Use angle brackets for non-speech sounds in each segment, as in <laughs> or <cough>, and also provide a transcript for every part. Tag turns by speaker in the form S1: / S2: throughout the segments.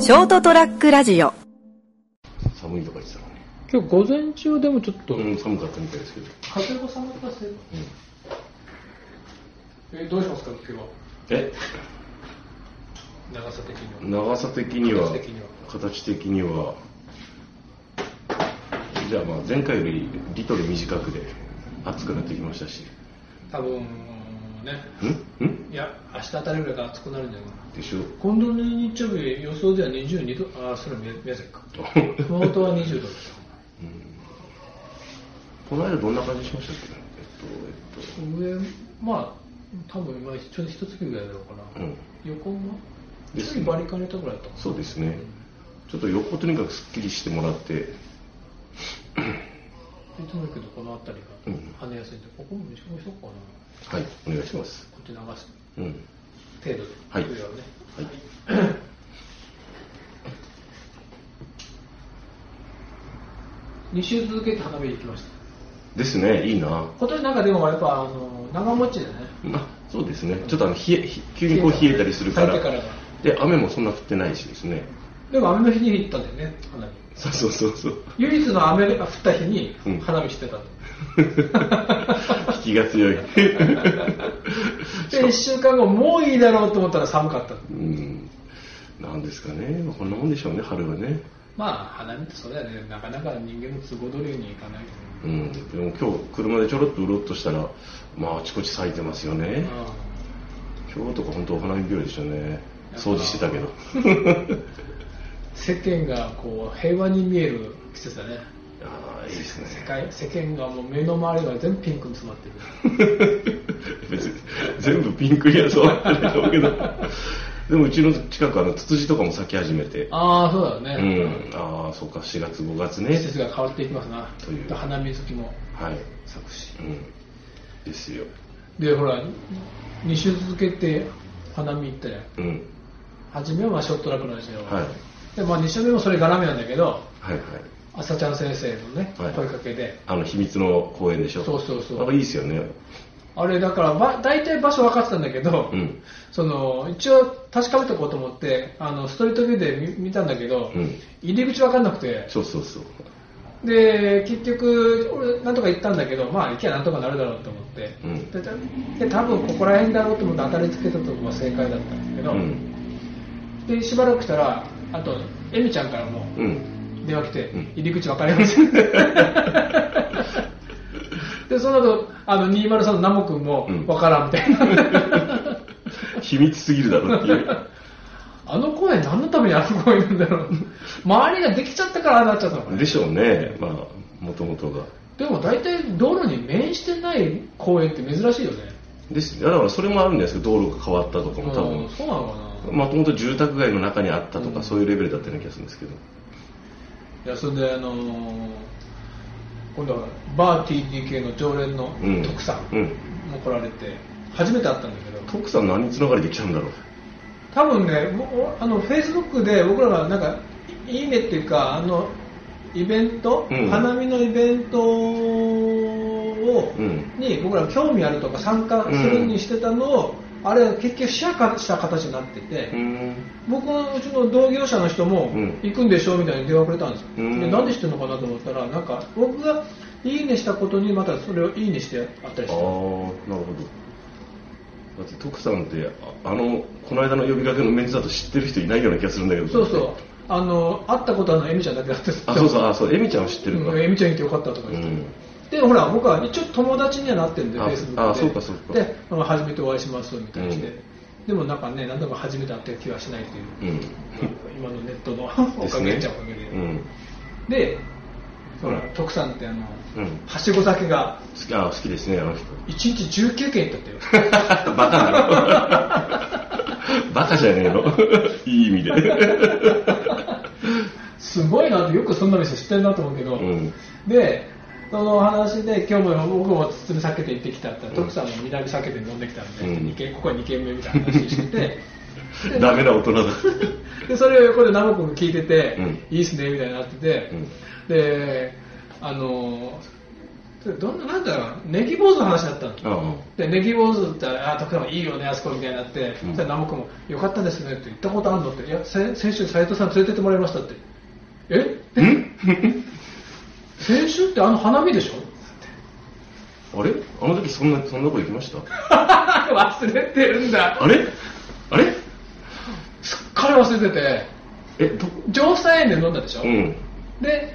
S1: ショートトラックラジオ
S2: 寒いとか言ってたからね。
S3: 今日午前中でもちょっと、
S2: うん、寒かったみたいですけど。
S3: 風が寒くて、えどうしますか、今日は、
S2: え
S3: 長さ的には。
S2: 長さ的には
S3: 形的には、
S2: 形的には、じゃあまあ前回よりリトル短くで暑くなってきましたし、
S3: 多分ね、
S2: んん
S3: いや、明日あたりぐらいから暑くなるんじゃないかな。
S2: でしょ <laughs>
S3: 今度の日曜日、予想では22度、ああ、それは宮宮崎か。熊本は20度だった
S2: この間どんな感じしましたっけえっと、
S3: 上、まあ、多分今、ちょうど一月ぐらいだろうか
S2: えっと、う
S3: な。
S2: ん、
S3: 横も、
S2: ですね
S3: 次バリカンにいたぐらいだったかな
S2: そうですね。ちょっと横とにかくすっきりしてもらって、
S3: でとにかくこの辺り
S2: う
S3: が
S2: ん
S3: 跳ねやすいんで、ここも短くしとこうかな。
S2: はい、お願いします。
S3: こうやって流す
S2: うん。
S3: 程度で。
S2: はい
S3: 上はね
S2: はい。
S3: <coughs> 2週続けて花火行きました
S2: ですね、いいな。
S3: 今年なんかでもやっぱあの長持ちだね
S2: あそうですね、ちょっとあの冷えひ急にこう冷えたりするから
S3: 咲いてからが
S2: で雨もそんな降ってないしですね、 <laughs>
S3: でも雨の日に行ったんだよね花火
S2: そうそうそうそう、
S3: 唯一の雨が降った日に
S2: うん
S3: 花火 <laughs> してたの、
S2: 引きが強い、 <laughs>
S3: で1週間後もういいだろうと思ったら寒かった
S2: うん、なんですかね、まあこんなもんでしょうね、春はね、
S3: まあ花見ってそうだよねなかなか人間の都合通りにいかないと
S2: うん、でも今日車でちょろっとうろっとしたら、まあ、あちこち咲いてますよね、
S3: 思う、
S2: 今日とか本当、お花見日和でしたね、掃除してた <laughs> けど、
S3: 世間がこう平和に見える季節だね
S2: ああ、いいですね、
S3: 世界世間がもう目の周りが全部ピンクに染
S2: <laughs>
S3: まってる
S2: 別に <laughs> 全部ピンクにはそうなってないと思うけど、でもうちの近く、あのツツジとかも咲き始めて。
S3: ああそうだよね、
S2: うん、ああ、そうか、4月、5月ね
S3: 季、節が変わっていきますな
S2: という
S3: 花見好きも
S2: はい、
S3: 咲くし
S2: うん、ですよ、
S3: でほら2週続けて花見行ったじゃん
S2: うん、
S3: 初めはまあショットラックなんですよ、
S2: はい、
S3: でまあ、2週目もそれがらめなんだけど
S2: はい、はい、
S3: 朝ちゃん先生のね、
S2: はい
S3: 声かけで
S2: あの秘密の公園でしょ、
S3: そうそうそう
S2: あいいですよね、
S3: あれだからば大体場所分かってたんだけど、
S2: うん、
S3: その一応確かめておこうと思ってあのストリートビューで見見たんだけど、
S2: うん、
S3: 入り口分かんなくて
S2: そうそうそう、
S3: で結局俺なんとか行ったんだけどまあ行きゃなんとかなるだろうと思って、
S2: うん
S3: でたで多分ここら辺だろうと思って当たりつけたとこが正解だったんだけ
S2: う
S3: ど、
S2: ん、
S3: でしばらくしたらあとエミちゃんからも
S2: うん、
S3: 電話来て、
S2: うん
S3: 入り口分かりませんでその後あの203のナモ君も
S2: うん
S3: 分からんみたいな、
S2: 秘密すぎるだろっていう、
S3: あの公園何のためにあの公園なんだろう周りができちゃったからああなっちゃったのかね
S2: でしょうね、まあ、もともとが。
S3: でも大体道路に面してない公園って珍しいよね
S2: ですだからそれもあるんですけど、道路が変わったとかも、多
S3: うん
S2: 分
S3: そうなのかな
S2: もともと住宅街の中にあったとか、
S3: うん
S2: そういうレベルだったような気がするんですけど、
S3: いやそれであのー今度はバー TDK の常連の
S2: うん、
S3: 徳さん
S2: うん、
S3: も来られて初めて会ったんだけど
S2: 徳さん、何つながりできたんだろう。
S3: 多分ねもうあのフェイスブックで僕らがなんかいいいねっていうかあのイベント、
S2: うん
S3: 花見のイベントを、
S2: うん
S3: に僕ら興味あるとか参加するにしてたのを、あれ結局シェアかした形になってて、
S2: うん
S3: 僕のうちの同業者の人も
S2: うん
S3: 行くんでしょみたいに電話くれたんですよ、
S2: うん
S3: でなんで知ってるのかなと思ったらなんか僕がいいねしたことにまたそれをいいねしてあったり
S2: ああ
S3: して
S2: なるほどだって徳さんってああのこの間の呼びかけのメンツだと知ってる人いないような気がするんだけど
S3: そうそうあの会ったことはあのエミちゃんだけだったんです
S2: あそうそうあそうエミちゃんは知ってるか
S3: うんエミちゃん行ってよかったとか
S2: う
S3: 言って、
S2: ん
S3: でほら僕は一応友達にはなってるんで
S2: あ
S3: Facebook で
S2: あそうかそうか
S3: であの初めてお会いしますみたいにして、
S2: うん
S3: でもなんかね何度も初めて会った気はしない
S2: <laughs>
S3: という
S2: うん
S3: 今のネットのお
S2: で
S3: か
S2: す
S3: げ
S2: ね
S3: っちゃおかげで、
S2: うん
S3: でほら
S2: うん
S3: 徳さんってあの、
S2: うん
S3: はしご酒が
S2: 好きあ好きですねあの人 <laughs>
S3: 1日19件行ったってよ
S2: バカだろバカじゃねえの <laughs> いい意味です <laughs>
S3: ごいなってよくそんな店知ってるなと思うけど、
S2: うん
S3: でその話で今日も僕も包み酒で行ってきたって、徳さんも南酒で飲んできたんで、
S2: うん
S3: 二軒ここは2軒目みたいな話してて
S2: ダメな大人だ <laughs>
S3: でそれを横でナモ君が聞いてて、
S2: うん
S3: いいっすねみたいになってて、
S2: うん
S3: であのーそれどんな、なんだろう、ネギ坊主の話だったの。
S2: あ
S3: で、ネギ坊主って、あ、徳山いいよね、あそこみたいになって、
S2: うん
S3: そしたらナモ君も、よかったですねって、行ったことあるのって、いや、せ先週斉藤さん連れてってもらいましたって。え
S2: あ。ん <laughs>
S3: 先週ってあの花見でしょ <laughs>
S2: あれあの時そんな、そんな子行きました
S3: 忘れてるんだ。
S2: あれあれ
S3: すっかり忘れてて、
S2: え、どこ
S3: 城西園で飲んだでしょ、
S2: うん。
S3: で、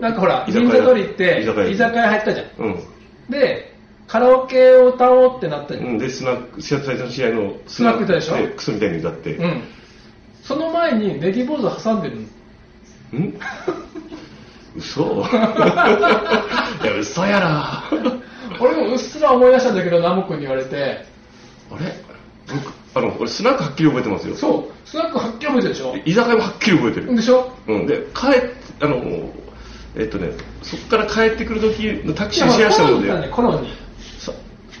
S3: なんかほら、
S2: 居酒
S3: 銀
S2: 屋
S3: 座通り行って、
S2: 居酒屋
S3: 居酒屋入ったじゃん。
S2: うん。
S3: で、カラオケを歌おうってなったじゃん。
S2: うん、で、スナック、最初の試合の
S3: スナックでしょ
S2: クソみたいに歌って。
S3: うん、その前にネギ坊主挟んでるの
S2: ん嘘 <laughs> いや、嘘やら。あれ
S3: 俺もうっすら思い出したんだけどナモ君に言われて
S2: 僕、あの、俺、スナックはっきり覚えてますよ。
S3: そうスナックはっきり覚えてるでしょ
S2: 居酒屋もはっきり覚えてる。
S3: でしょ
S2: うん、で、帰って、あの、えっとね、そこから帰ってくる時のタクシーシェアした
S3: いや
S2: の
S3: コロ
S2: で、
S3: ンに行ったんだよコロンに
S2: さ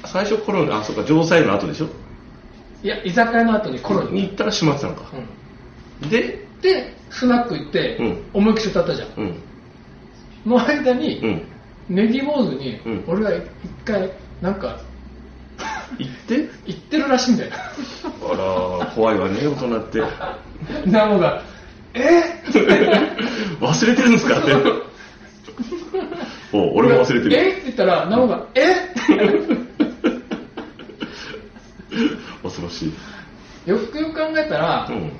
S2: 最初コロナ、あ、そうか、城西の後でしょ
S3: いや居酒屋の後にコロンに、
S2: に行ったら閉まってたのか。
S3: う
S2: で、
S3: ん、でスナック行って、
S2: うん
S3: 思いっきり歌ったじゃん
S2: うん、
S3: の間に、
S2: うん。
S3: ネギ坊主に、
S2: うん
S3: 俺が一回なんか
S2: 行って、
S3: 言ってるらしい
S2: <laughs>
S3: んだよ
S2: あら、怖いわね、大人って。
S3: ナモがえっ
S2: <laughs> 忘れてるんですかって。 <laughs> お俺も忘れてる。
S3: えって言ったらナモがえ <laughs> って
S2: 恐ろしい。
S3: よくよく考えたら、
S2: うん。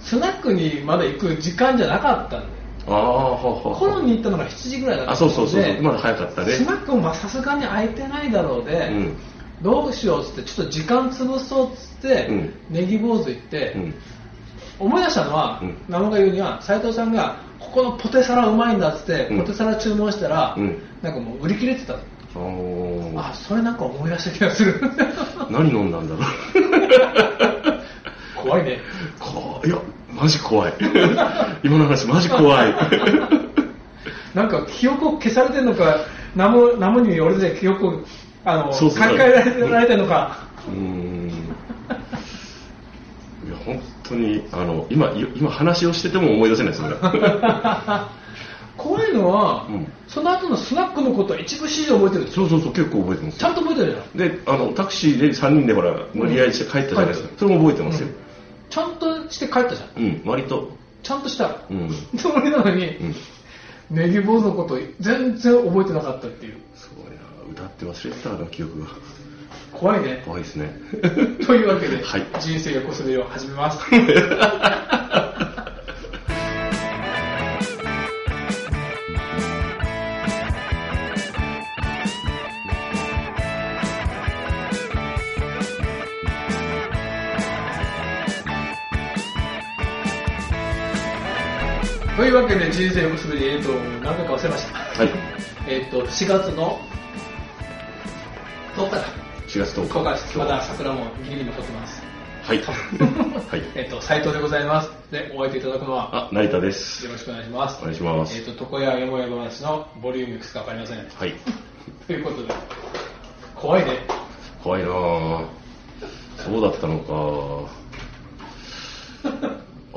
S3: スナックにまだ行く時間じゃなかったんだよ
S2: ああ、はは
S3: コロンに行ったのが7時ぐらいだった
S2: あ、そうそうそうそう。
S3: で
S2: まだ早かったね。
S3: スナックもさすがに空いてないだろうで、
S2: うん。
S3: どうしようっつってちょっと時間潰そうっつって、
S2: うん
S3: ネギ坊主行って、
S2: うん。
S3: 思い出したのは、
S2: うん
S3: 名前が言うには斉藤さんがここのポテサラうまいんだっつって、
S2: うん
S3: ポテサラ注文したら、
S2: うん
S3: なんかもう売り切れてたの
S2: あー
S3: あそれなんか思い出した気がする <laughs>
S2: 何飲んだんだろう。
S3: 怖いね
S2: <laughs> こいや、マジ怖い。 <laughs> 今の話、マジ怖い。 <laughs>
S3: なんか記憶を消されてるのか名も名もに俺で記憶をあの
S2: そうそう
S3: 書き換えられてられてるのか、
S2: うーん。いや、本当に、あの、今、今話をしてても思い出せないです、それが
S3: 怖いのは、
S2: うん
S3: その後のスナックのことは一部始終覚えてるでし
S2: そ
S3: ょ
S2: うそうそう、結構覚えてます
S3: ち。ゃんと覚えてるじゃん
S2: であのタクシーで3人でほら乗り合いして帰ったじゃないですか、それも覚えてますよ
S3: ちゃんとして帰ったじゃん
S2: うん、割と
S3: ちゃんとした
S2: うん、うん、
S3: つもりなのに、ネギ坊主のこと全然覚えてなかったっていう
S2: すごいな歌って忘れてたあの記憶が
S3: 怖いね
S2: 怖いですね
S3: <laughs> というわけで、
S2: はい
S3: 人生横滑りを始めます <laughs> というわけで人生横滑りえっと何回か忘れました
S2: はい
S3: えっと4月の10日だ
S2: 4月10日
S3: 10日ですまだ桜もギリギリ残ってます
S2: はい
S3: <laughs>
S2: はい
S3: えっと、斉藤でございます。で、お会いいただくのは、
S2: あ成田です
S3: よろしくお願いします。
S2: お願いします
S3: えっと、床屋よもやま話のボリュームいくつかわかりません。
S2: はい
S3: ということで、怖いね。 <laughs>
S2: 怖いなあそうだったの
S3: <laughs>
S2: か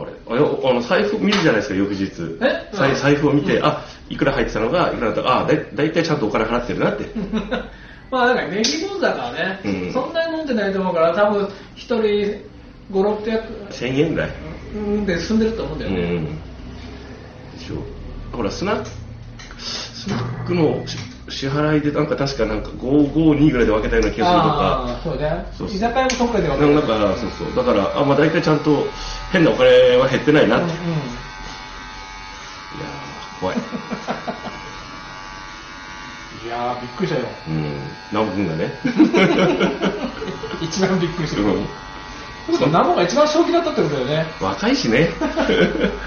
S2: あれあいやあの財布見るじゃないですか翌日
S3: え
S2: 財
S3: うん
S2: 財布を見て、あいくら入ってたのがいくらだったかあだい大体ちゃんとお金払ってるな
S3: <laughs>
S2: って
S3: まあ、なんかネギ坊主だからね、
S2: うん
S3: そんなに飲んでないと思うから、多分、一人5、600
S2: 1000円ぐらい
S3: うんで済んでると思うんだよ
S2: う
S3: ね。
S2: んでしょほらスナックスナックのし支払いでなんか確かなんか552ぐらいで分けたような気が
S3: ああ、そうね。
S2: そう
S3: 居酒屋も今回ですは
S2: るとかなんかそうそうだからあまあ大体ちゃんと変なお金は減ってないなって、
S3: うんう
S2: いや
S3: ん
S2: ー怖い
S3: いやー、びっくりしたよ。
S2: うん直く君がね <laughs>
S3: 一番びっくりしてる。
S2: うん
S3: そうナモが一番正気だったってことだよね。
S2: 若いしね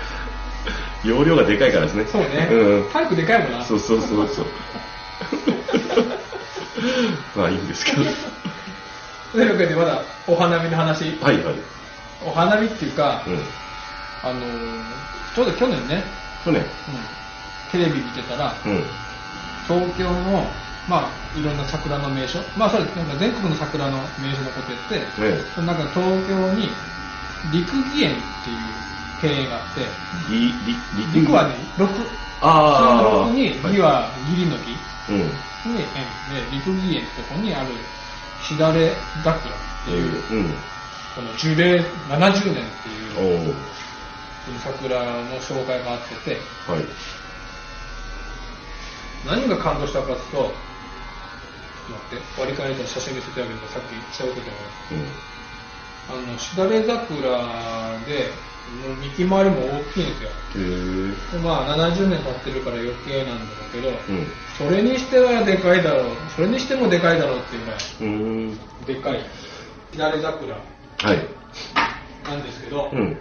S2: <laughs> 容量がでかいからですね
S3: そうね。
S2: うん
S3: 体育でかいもんな。
S2: そうそうそうそう <laughs> まあいいんですけど
S3: というわけでまだお花見の話
S2: はいはい
S3: お花見っていうか、
S2: うん
S3: あのーちょうど去年ね、
S2: 去年
S3: うん、テレビ見てたら
S2: うん
S3: 東京のまあいろんな桜の名所まあそれなんか全国の桜の名所のことやって、
S2: ええ
S3: その中で東京に陸義園っていう庭園があって
S2: りりり
S3: 陸はね六
S2: ああ
S3: その六に義は義理の義、
S2: いうん。
S3: で、えーでリトルギー園ってとこにあるしだれ桜っていう、
S2: うん。
S3: この樹齢70年って
S2: お
S3: いう桜の紹介があってて、
S2: お。はい。
S3: 何が感動したかっていうと、ちょっと待って、割り替えた写真見せてあげるとさっき言っちゃうこと
S2: う
S3: があるあの、しだれ桜で、もう幹回りも大きいんですよ。
S2: ん。へ
S3: でまあ70年経ってるから余計なんだけど、
S2: え。うん。
S3: それにしてはでかいだろう、それにしてもでかいだろうっていうぐら
S2: う
S3: い、
S2: ーん。
S3: でかい、しだれ桜
S2: はい。
S3: なんですけど、
S2: うん。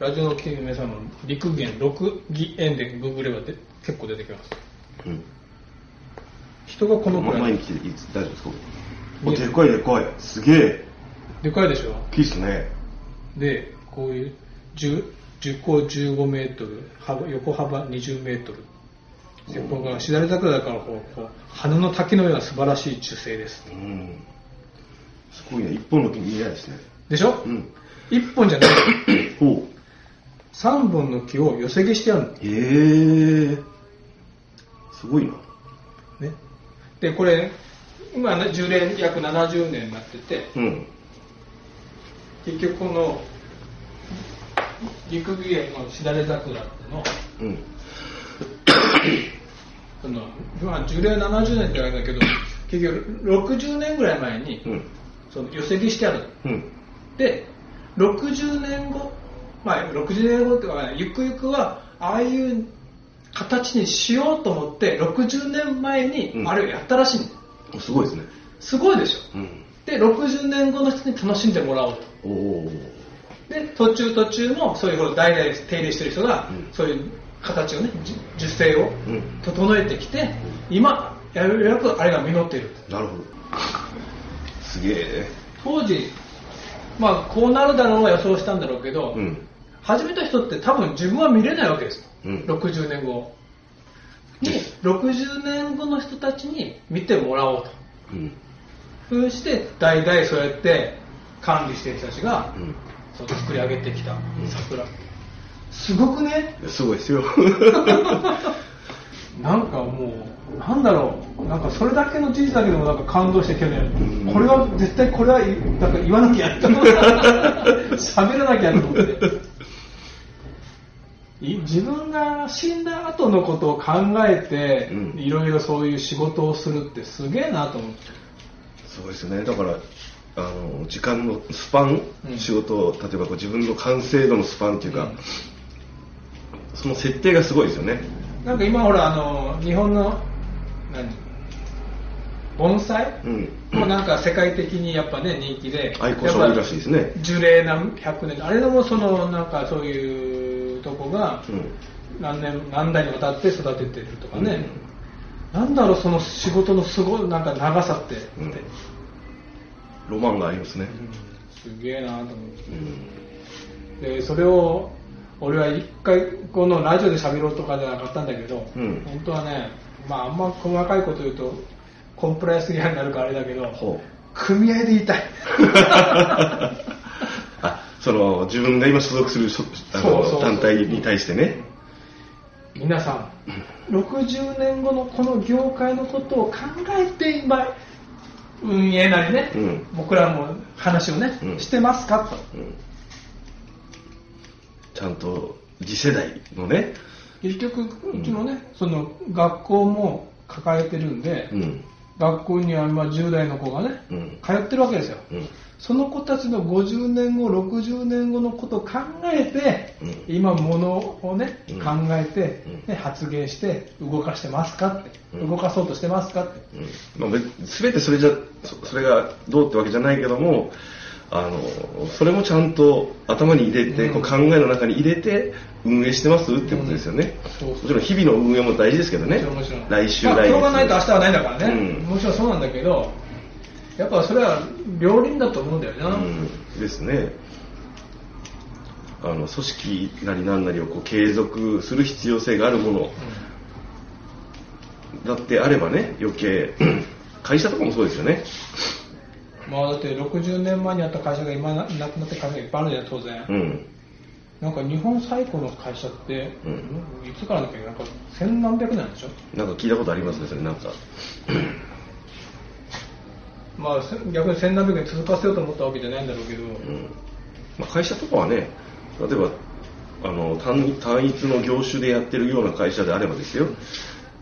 S3: ラジオの聞きの皆さんも陸源六義園でググればで結構出てきます
S2: うん。
S3: 人がこのくら
S2: 前に
S3: い
S2: 来ていいです大丈夫ですか
S3: いい
S2: お
S3: です
S2: でかいでかいすげえ
S3: でかいでしょ
S2: 大きいっすね
S3: でこういう10 10個15メートル幅横幅20メートルでこれがしだれ桜だからこうこう花の滝のような素晴らしい樹勢です
S2: うんすごいね一本の木見えないですね
S3: でしょ、
S2: うん
S3: 一1本じゃない
S2: ほう
S3: 3本の木を寄せ木してあるの
S2: へえすごいな
S3: ねでこれ今ね樹齢約70年になってて、
S2: うん
S3: 結局この陸義園のしだれ桜っての
S2: うん
S3: その、まあ、樹齢70年って言われたけど結局60年ぐらい前に
S2: うん
S3: その寄せ木してある
S2: うん
S3: で60年後まあ60年後っていうかゆくゆくはああいう形にしようと思って60年前
S2: う
S3: に
S2: ん
S3: あれをやったらしいの、
S2: おすごいですね
S3: すごいでしょ
S2: うん
S3: で60年後の人に楽しんでもらおうと
S2: おお
S3: で途中途中もそういうほら代々手入れしてる人が、
S2: うん
S3: そういう形をねじ樹勢を
S2: うん
S3: 整えてきて、今やるやくあれが実っている
S2: なるほどすげえ
S3: 当時まあこうなるだろうは予想したんだろうけど、
S2: うん
S3: 始めた人って多分自分は見れないわけです、
S2: うん
S3: 60年後に60年後の人たちに見てもらおうと
S2: うん
S3: そうして代々そうやって管理してる人たちが、
S2: うん
S3: そう作り上げてきた
S2: ん
S3: 桜、すごくね
S2: いやすごいですよ <laughs>
S3: <laughs> なんかもう、なんだろう、なんかそれだけの事実だけでもなんか感動して去年、
S2: うん
S3: これは絶対これはなんか言わなきゃと思って喋らなきゃと思って。い自分が死んだ後のことを考えて、
S2: うん
S3: いろいろそういう仕事をするってすげえなと思って。
S2: そうですねだからあの時間のスパン、
S3: うん
S2: 仕事を例えばこう自分の完成度のスパンっていうか、
S3: うん
S2: その設定がすごいですよね
S3: なんか今ほら、あの、日本の、何盆栽、
S2: うん
S3: もうなんか世界的にやっぱね、人気で。
S2: 愛好
S3: やっ
S2: 者
S3: ぱ
S2: 多いらしいですね
S3: 樹齢何百年あれでもそのなんかそういうとこが何年何代にわたって育ててるとか
S2: うん
S3: ね、なんだろうその仕事のすごいなんか長さって、
S2: うん
S3: って
S2: ロマンがありますね
S3: うんすげえなと思っ
S2: うん
S3: てでそれを俺は一回このラジオで喋ろうとかじゃなかったんだけど、
S2: うん
S3: 本当はねまああんま細かいこと言うとコンプライアンス違反になるからあれだけど
S2: ほう
S3: 組合で言いたい
S2: あその自分が今所属する所あの
S3: そうそうそう
S2: 団体に対してね
S3: 皆さん60年後のこの業界のことを考えて今運営なりね、
S2: うん
S3: 僕らも話をね、
S2: うん
S3: してますかと
S2: うんちゃんと次世代のね
S3: 結局
S2: ん
S3: うちのね、その学校も抱えてるんで、
S2: うん
S3: 学校には今10代の子がね
S2: うん
S3: 通ってるわけですよ
S2: うん
S3: その子たちの50年後60年後のことを考えて、
S2: う
S3: 今ものをね、
S2: うん
S3: 考えて、
S2: うん
S3: ね発言して動かしてますかって、
S2: うん
S3: 動かそうとしてますかって
S2: まあ、べ全てそれじゃそそれがどうってわけじゃないけどもあのそれもちゃんと頭に入れて、
S3: う
S2: こ
S3: ん
S2: う考えの中に入れて運営してますってことですよね、
S3: そうそう
S2: もちろん日々の運営も大事ですけど
S3: も
S2: ね
S3: ちろんもちろん
S2: 来週
S3: まあ
S2: 来
S3: 今日がないと明日はないんだからね、
S2: うん
S3: もちろんそうなんだけどやっぱそれは両輪だと思うんだよな、
S2: うん、ですねあの組織なり何なりをこう継続する必要性があるものだってあればね余
S3: <clears throat>
S2: 計会社とかもそうですよね
S3: まあだって60年前にあった会社が今ななくなってる会社がいっぱいあるじゃん当然、
S2: うん
S3: なんか日本最古の会社って、
S2: うん
S3: いつからだっけなんか千何百年でしょ
S2: なんか聞いたことありますね、それなんか。
S3: まあせ逆に千何百年続かせようと思ったわけじゃないんだろうけど、
S2: うんまあ、会社とかはね、例えばあの単単一の業種でやってるような会社であればですよ、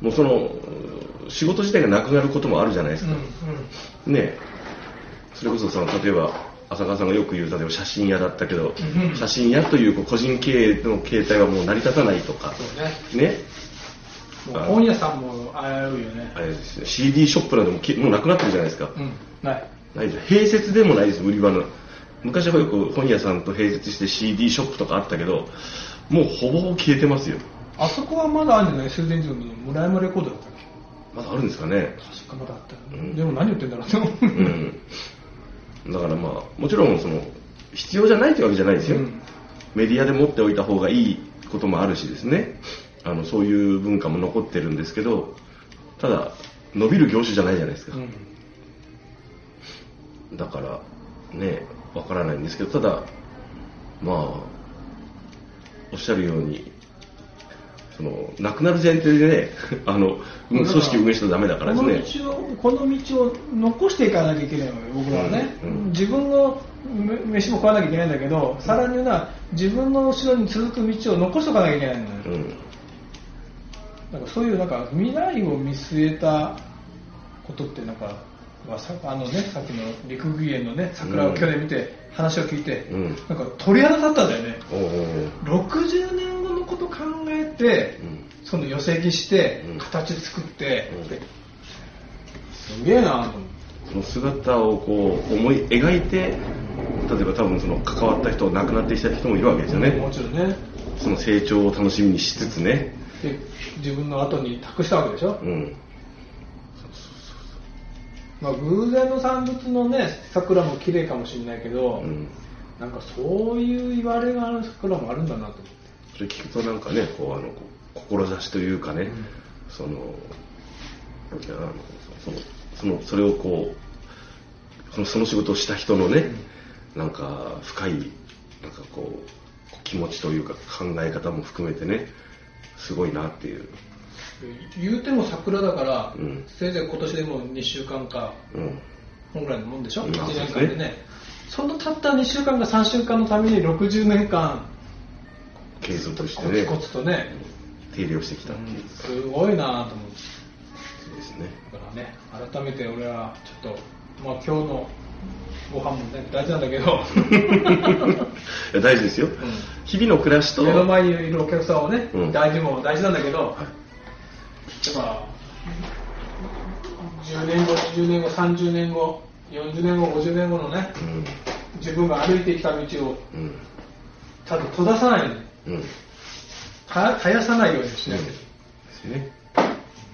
S2: もうそのうん仕事自体がなくなることもあるじゃないです
S3: うん
S2: か、ねえそれこそその例えば浅川さんがよく言う例えば写真屋だったけど、
S3: うんうん
S2: 写真屋というこう個人経営の形態はもう成り立たないとか、
S3: そうね
S2: ね、
S3: もう本屋さんも危ういよね
S2: あれですね CD ショップなどもきもうなくなってるじゃないですか。
S3: うんない
S2: ないです併設でもないです売り場の昔はよく本屋さんと併設して CD ショップとかあったけどもうほぼほぼ消えてますよ
S3: あそこはまだあるんじゃないスーデンズムの村山レコードだったっけ
S2: まだあるんですかね
S3: 確かまだあったよ、
S2: うん
S3: でも何言ってんだろうって思う
S2: うんだからまあもちろんその必要じゃないというわけじゃないですよ、
S3: うん
S2: メディアで持っておいた方がいいこともあるしですねあのそういう文化も残ってるんですけどただ伸びる業種じゃないじゃないですか、
S3: うん
S2: だからねわからないんですけどただまあおっしゃるようにそのなくなる前提でね <laughs> あの組織を運営しちゃダメだからですね
S3: この道をこの道を残していかなきゃいけないのよ僕らはね、
S2: うんうん
S3: 自分のめ飯も食わなきゃいけないんだけどさらに言うのは自分の後ろに続く道を残しておかなきゃいけないのよ、
S2: うん
S3: なんかそういうなんか未来を見据えたことってなんかまあさあのねさっきの陸技園のね桜を去年見て、話を聞いて、
S2: うん
S3: なんか鳥肌立ったんだよね
S2: おうおうおう
S3: 60年後のこと考えて、
S2: うん
S3: その寄席して
S2: うん
S3: 形作って、
S2: うん
S3: すげえなと思って。
S2: その姿をこう思い描いて例えば多分その関わった人亡くなってきた人もいるわけですよ
S3: も
S2: ね
S3: ちろんね
S2: その成長を楽しみにしつつね
S3: で自分の後に託したわけでしょ、
S2: うん
S3: まあ、偶然の産物のね桜も綺麗かもしれないけど、
S2: うん
S3: なんかそういう言われがある桜もあるんだなと思って
S2: それ聞くとなんかねこうあのこ志というかね、
S3: ん
S2: そのなんていうかなあのそのそのそれをこうそのその仕事をした人のね、なんか深いなんかこう気持ちというか考え方も含めてねすごいなっていう、
S3: 言うても桜だから、
S2: うん
S3: せいぜい今年でも2週間か
S2: うん、
S3: 本ぐらいのもんでしょ、
S2: うん
S3: 1年
S2: そう
S3: 間
S2: で
S3: ですね
S2: ね
S3: そのたった2週間か3週間のために60年間
S2: 継続として
S3: コ
S2: ね
S3: ツコツとね、
S2: 定量してきた
S3: う、
S2: っていうん
S3: すごいなと思って
S2: そうですね
S3: だからね、改めて俺はちょっと、まあ、今日のご飯もね、大事なんだけ <laughs> ど、
S2: いや大事ですよ、日々の暮らしと
S3: 目の前にいるお客さんをね、
S2: うん
S3: 大事も大事なんだけど、やっぱ、10年後、20年後、30年後、40年後、50年後のね、
S2: うん
S3: 自分が歩いてきた道を、
S2: うん
S3: ただ閉ざさないように、
S2: うん
S3: は絶やさないようにしないと、
S2: ですね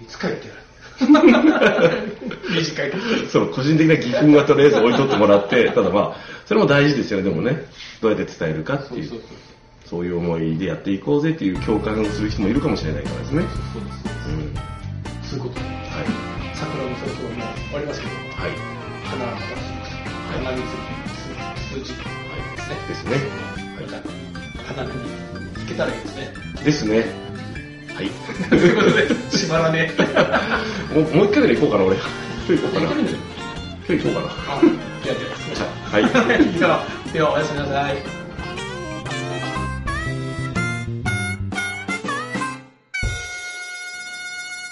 S3: いつか言ってやる。 <laughs> 短いけど
S2: <laughs> そう個人的な義憤はとりあえず置いとってもら <laughs> って、ただまあ、それも大事ですよね、でもね、どうやって伝えるかって
S3: そう
S2: いう、
S3: そ
S2: そう
S3: そう
S2: ういう思いでやっていこうぜっていう共感をする人もいるかもしれないからですね。
S3: そうです
S2: うん、は
S3: そういうことで
S2: い、
S3: 桜もそろそろもう終わりますけど。
S2: はい、
S3: 花を出す花水数字
S2: はい、ですね。
S3: また花見に行けたらいいですね。
S2: はい、ですね。はい。 <laughs>
S3: ということで、閉まらねえ。
S2: もうもう一回ぐらい行こうかな、俺。今日行こうかな。
S3: 行って
S2: 今
S3: みる
S2: 日行こうかな。
S3: あ、いやいや、
S2: はい。
S3: <laughs> では、ではおやすみなさい。